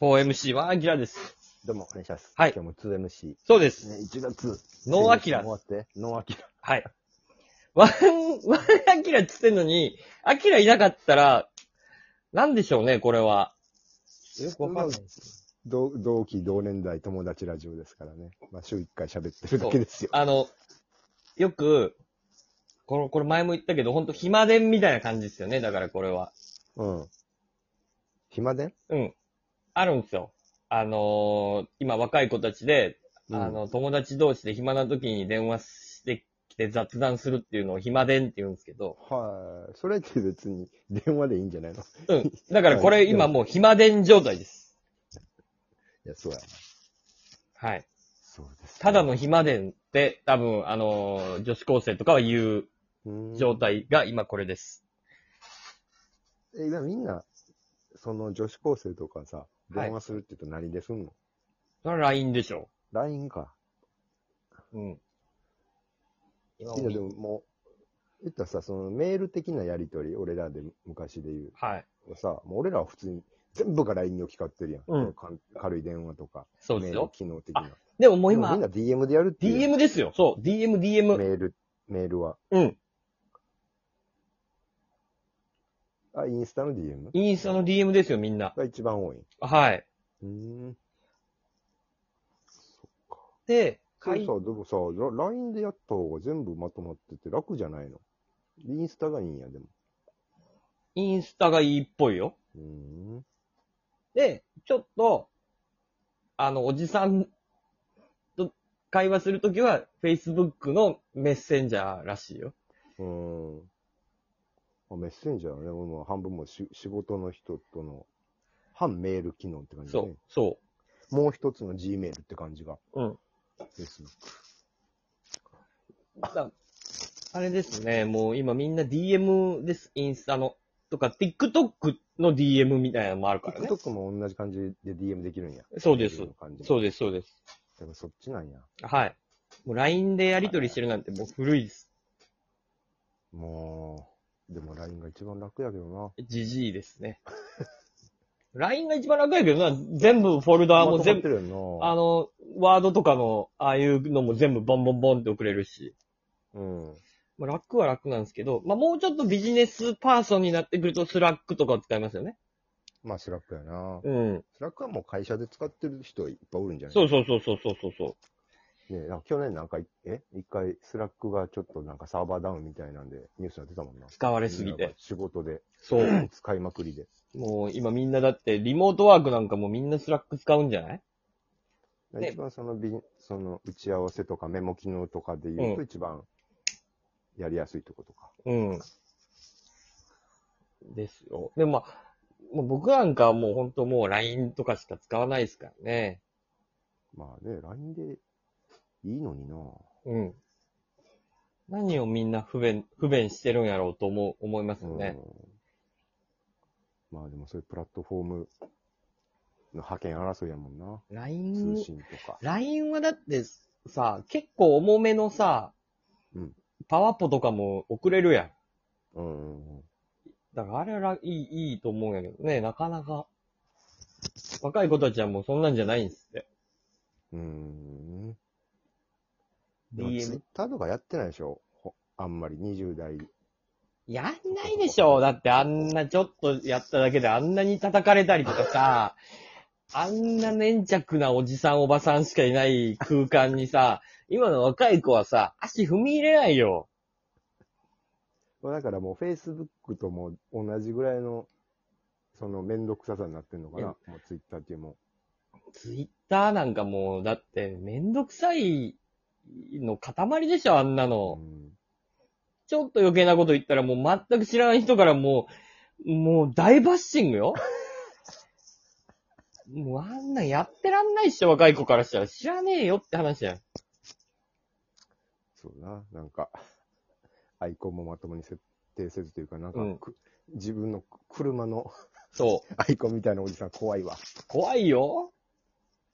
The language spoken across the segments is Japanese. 4MC はアキラです。どうも、お願いします。はい今日も 2MC。ね、そうです。 1月。ノーアキラ終わって。ノーアキラ。はい。ワン、ワンアキラっつってんのに、アキラいなかったら、なんでしょうね、これは。よくわかんないです。同同期、同年代、友達ラジオですからね。まあ、週1回喋ってるだけですよ。あの、よく、この、これ前も言ったけど、ほんと暇伝みたいな感じですよね、だからこれは。うん。暇でんうん。あるんですよ。あのー今若い子たちで、うんあの、友達同士で暇な時に電話してきて雑談するっていうのを暇伝って言うんですけど、はい。それって別に電話でいいんじゃないのいうん。だからこはれい今もう暇伝状態です。や、そうや。はい。そうです。ただ、の暇伝って多分、あのー女子高生とかは言う状。態が今これです。え、今みんな、その女子高生とかさ、はい電話するって言うと何ですんの、それは LINE でしょ。 ?LINE か。うん。今いや、でももう、言ったらさ、そのメール的なやりとり、俺らで昔で言う。はい。さ、もう俺らは普通に全部が LINE に置き換わってるやん。うんか軽い電話とか、そうですメールよ。機能的な。でももうで今も、みんな DM でやるっていう。 DM ですよ。そう。DM、DM。メール、メールは。うん。あ、インスタの DM? インスタの DM ですよ、みんな。が一番多い。はい。うーん。で、それ会さ、でもさ、ラ LINE でやった方が全部まとまってて楽じゃないのインスタがいいんや、でも。インスタがいいっぽいよ。うーん。で、ちょっと、あの、おじさんと会話するときは、Facebook のメッセンジャーらしいよ。うーん。あメッセンジャーね、俺も半分もうし仕事の人との、反メール機能って感じそね。う、そもう一つの G メールって感じが。う。うん。ですね。だあれですね、もう今みんな DM です、インスタの。とか、TikTok の DM みたいなのもあるからね。 TikTok も同じ感じで DM できるんや。そうです DM の感じそうでです、そうです。す。だからそっちなんや。はい。もう LINE でやり取りしてるなんてもう古いです。もう、でも LINE が一番楽やけどな。じじいです ね。LINE が一番楽やけどな、全部フォルダーも全まとま部って、るよな。あの、ワードとかの、ああいうのも全部ボンボンボンって送れるし、うん。まあ、楽は楽なんですけど、まあ、もうちょっとビジネスパーソンになってくるとスラックとかを使いますよね。まあ、スラックやな。うん。スラックはもう会社で使ってる人いっぱいおるんじゃない。そうそうそうそうそうそうそうねなんか去年なんか、え一回、スラックがちょっとなんかサーバーダウンみたいなんで、ニュースになってたもんなう。。使われすぎなんてか。仕 事で、そう。使いまくりで。もう今みんなだって、リモートワークなんかもみんなスラック使うんじゃないね一番そのビジ、その打ち合わせとかメモ機能とかで言ううと一番やりやすいとことか。うん。ですよ。でもまあ、もう僕なんかはもう本当もう LINE とかしか使わないですからね。まあね、LINE でいいのになうん。何をみんな不便、不便してるんやろうと思う、思いますよね。うんまあでもそういうプラットフォームの派遣争いやもんな。 LINE 通、信とか。 LINE はだってさ、結構重めのさ、うんパワポとかも送れるやん。うんうんうん。だからあれはらいい、いいと思うんやけどね、なかなか。若い子たちはもうそんなんじゃないんですって。うん。でも DM。 Twitter とかやってないでしょほあんまり20代。やんないでしょだってあんなちょっとやっただけであんなに叩かれたりとかさ、あんな粘着なおじさんおばさんしかいない空間にさ、今の若い子はさ、足踏み入れないよ。まあだからもう Facebook とも同じぐらいの、そのめんどくささになってんのかな。もう Twitter っていうもん。ツイッターなんかもう、だってめんどくさいの塊でしょあんなの。うんちょっと余計なこと言ったらもう全く知らない人からもう、もう大バッシングよ。もうあんなんやってらんないっしょ、若い子からしたら。知らねえよって話だよ。そうな、なんか、 アイコンもまともに設定せずというか、なんか、うんく自分の車の そう。アイコンみたいなおじさん怖いわ。怖いよ。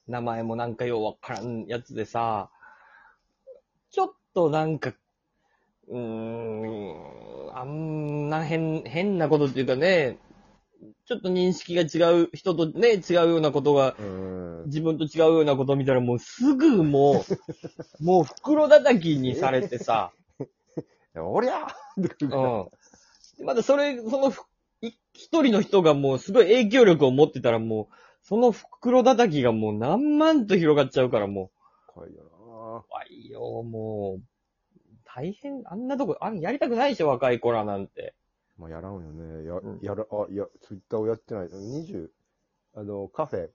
名前もなんかようわからんやつでさ、ちょっとなんか、うーん、あんな変、変なことっていうかね、ちちょっと認識が違う人とね、違うようなことが、うん。自分と違うようなことを見たらもうすぐも う、もう袋叩きにされてさ、おりゃーってう来るんから。で。またそれ、そのふい一人の人がもうすごい影響力を持ってたらもう、その袋叩きがもう何万と広がっちゃうからもう、怖いよ怖いよ、もう。大変、あんなとこ、あんやりたくないでしょ、若い子らなんて。なまあ、やらんよね。やうん、やら、あ、いや、ツイッターをやってない。20、あの、カフェ、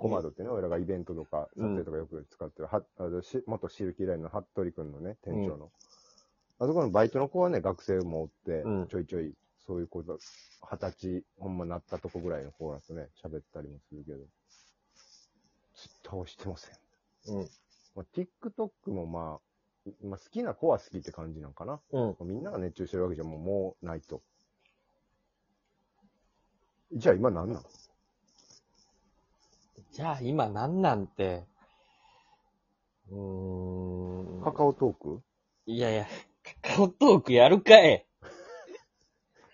コマドってね、俺らがイベントとか、撮影とかよく使ってる、はあのし元シルキーラインの服部くんのね、店長の。あそこのバイトの子はね、学生もおって、うんちょいちょい、そういう子だ、二十歳、ほんまなったとこぐらいの子らとね、喋ったりもするけど、ツイッターをしてません。うん。まあ、TikTok もまあ、まあ、好きな子は好きって感じなんかな。うん。みんなが熱中してるわけじゃもうもうないと。じゃあ今何なのじゃあ、今なんなんて。うーん。カカオトークいやいや、カカオトークやるかい。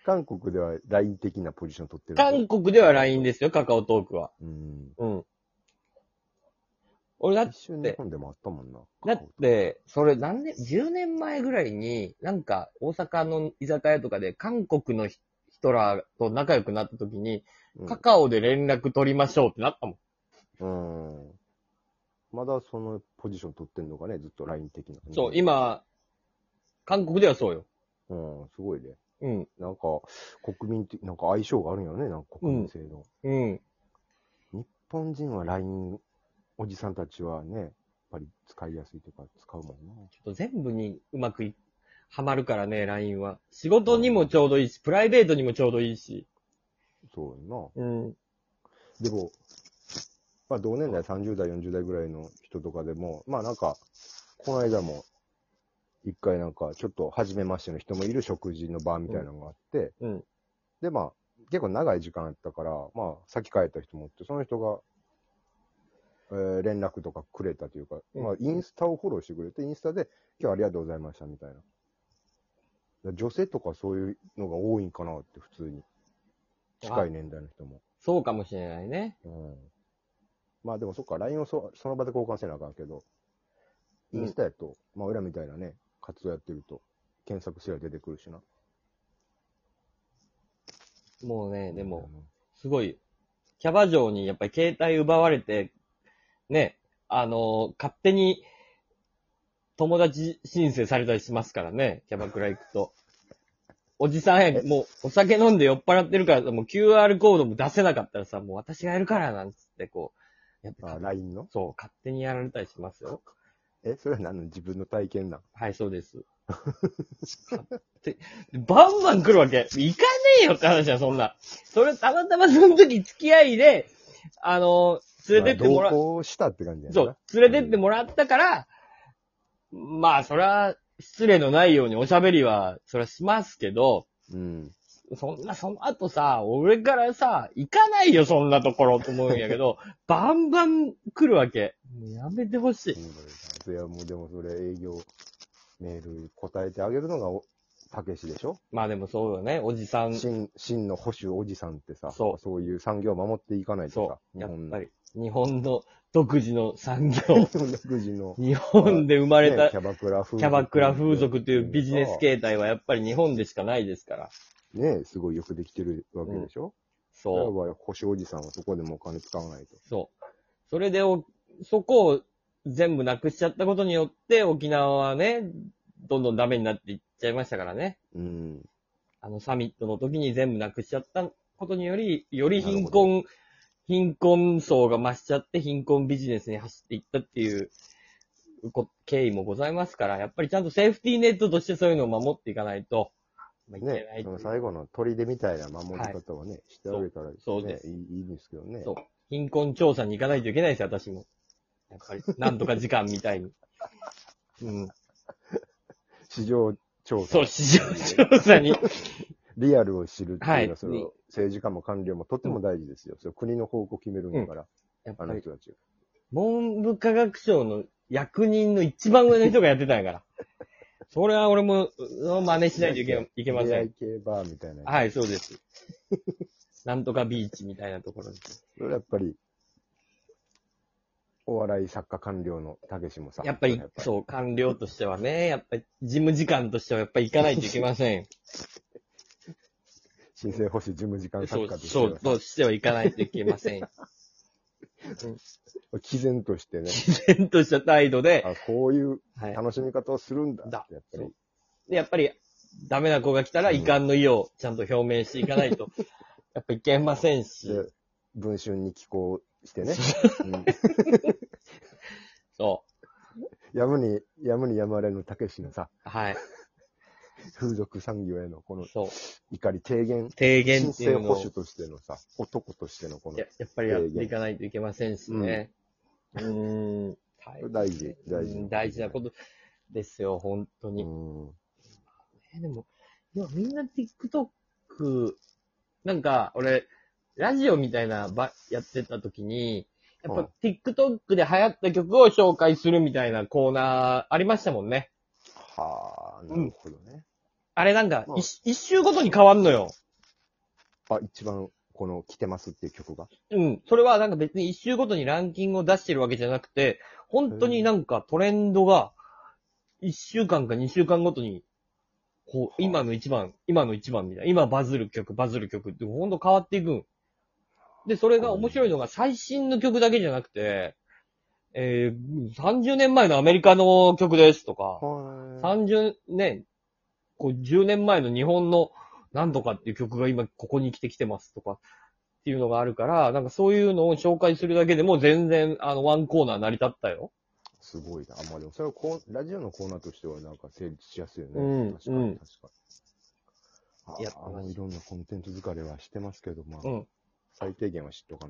韓国では LINE 的なポジション取ってる韓国では LINE ですよ、カカオトークは。うん。うん。俺だ一瞬日本でもあったもんな。だって、それ何年、10年前ぐらいに、なんか大阪の居酒屋とかで韓国の人らと仲良くなった時に、カカカカオで連絡取りましょうってなったもん。オトークうん。うんまだそのポジション取ってんのかね、ずっと LINE 的な。そう、。今、韓国ではそうよ。うん、すごいね。うん。なんか、国民的、なんか相性があるんやろね、なんか国民性の。うん。日本人は LINE、おじさんたちはね、やっぱり使いやすいというか、使うもんな。ちょっと全部にうまくいはまるからね、LINE は。仕事にもちょうどいいし、プライベートにもちょうどいいし。そうやな。うん。でも、まあ、同年代、30代、40代ぐらいの人とかでも、まあなんか、この間も、一回なんか、ちょっと初めましての人もいる食事の場みたいなのがあって、うん。でまあ、結構長い時間やったから、まあ、先帰った人もおって、その人が、えー連絡とかくれたというか、うんまあ、インスタをフォローしてくれて、インスタで、今日ありがとうございましたみたいな。だから女性とかそういうのが多いんかなって、普通に。近い年代の人も。そうかもしれないね。うんまあでもそっか、LINE をそその場で交換せなあかんけど、インスタやと、まあ俺らみたいなね、活動やってると、検索すれば出てくるしな。もうね、でも、すごい、キャバ嬢にやっぱり携帯奪われて、ね、あのー勝手に友達申請されたりしますからね、キャバクラ行くと。おじさんや、もうお酒飲んで酔っ払ってるから、もう QR コードも出せなかったらさ、もう私がやるからなんつってこう、やっうん。あぱ、 LINE のそう、勝手にやられたりしますよ。え、それは何の自分の体験なんはい、そうです。 でバンバン来るわけ。行かねえよって話だよ、そんな。それ、たまたまその時付き合いで、あの、連れてってもらまあ、同行したって感じやな。そう、連れてってもらったから、まあ、それは、失礼のないようにおしゃべりは、それはしますけど、うん。そんな、その後さ、俺からさ、行かないよ、そんなところと思うんやけど、バンバン来るわけ。もうやめてほしい。それはもうでもそれ営業、メール答えてあげるのがお、たけしでしょまあでもそうよね、おじさん。真、真の保守おじさんってさ、そうそういう産業を守っていかないとさそ、う。やっぱり。り、日本の独自の産 業。日本独自の、日本で生まれねたキャバクラ風キャバクラ風俗というビジネス形態はやっぱり日本でしかないですから。ねえ、すごいよくできてるわけでしょ、うそう。だから、星おじさんはそこでもお金使わないと。そう。それでお、そこを全部なくしちゃったことによって沖縄はね、どんどんダメになっていっちゃいましたからね。うん。あのサミットの時に全部なくしちゃったことにより、より貧な困、貧困層が増しちゃって貧困ビジネスに走っていったっていうこ経緯もございますから、やっぱりちゃんとセーフティーネットとしてそういうのを守っていかないと、まあ、いけねな、いといそのう最後の砦みたいな守り方をね、してあげたら、ね、そうそうですいいいいんですけどね。そう。貧困調査に行かないといけないですよ、私も。やっぱり、なんとか時間みたいに。うん。市場調査そう、、市場調査 に。リアルを知るってはいうのいは、その政治家も官僚もとっても大事ですよ。それ国の方向を決めるんだから、やっあぱのり、人たちが。文部科学省の役人の一番上の人がやってたんやから。それは俺も、う真似しないといけいけません。 AI 系バーみたいな。はい、そうです。なんとかビーチみたいなところに。それはやっぱり、お笑い作家官僚のたけしもさ。やっぱり、そう、官僚としてはね、やっぱり、事務次官としてはやっぱり行かないといけませ ん。新生保守事務次官そ作う、家としてそう、はとしては行かないといけません。毅然としてね、 テンとした態度で、あこういうはい。楽しみ方をするんだだって、やっぱり。で、やっぱり、ダメな子が来たらうん遺憾の意をちゃんと表明していかないと、やっぱいけませんし、で、文春に寄稿してね、うんそやむに、やむにやまれぬたけしのさ、う。はい。風俗産業へのこのそう。怒り低減、提言新ってい生うの保を、守としてのさ、男としてのこのや、やっぱりやっていかないといけませんしね。うーん。はい大事、大事うん大事なことですよ、本当に。うんえでも、でもみんな TikTok、なんか、俺、ラジオみたいなば、やってた時に、やっぱ TikTok で流行った曲を紹介するみたいなコーナーありましたもんね。はあ、なうんるほどね。あれなんかう、ん一一周ごとに変わんのよ。あ、一番、この、来てますっていう曲が。うん。それはなんか別に一周ごとにランキングを出してるわけじゃなくて、本当になんかトレンドが、一週間か二週間ごとに、こう、はあ今の一番、今の一番みたいな、今バズる曲、バズる曲って、ほんと変わっていくん。で、それが面白いのが最新の曲だけじゃなくて、えー、30年前のアメリカの曲ですとか、は30年、こう10年前の日本のなんとかっていう曲が今ここに来てきてますとかっていうのがあるから、なんかそういうのを紹介するだけでも全然あのワンコーナー成り立ったよ。い。すごいな。あ、まあでも、それはこう、ラジオのコーナーとしては、なんか成立しやすいよね。うん確かに、うん確かに。やああの、いろんなコンテンツ疲れはしてますけど、まあ、うん。最低限は知っとかんと。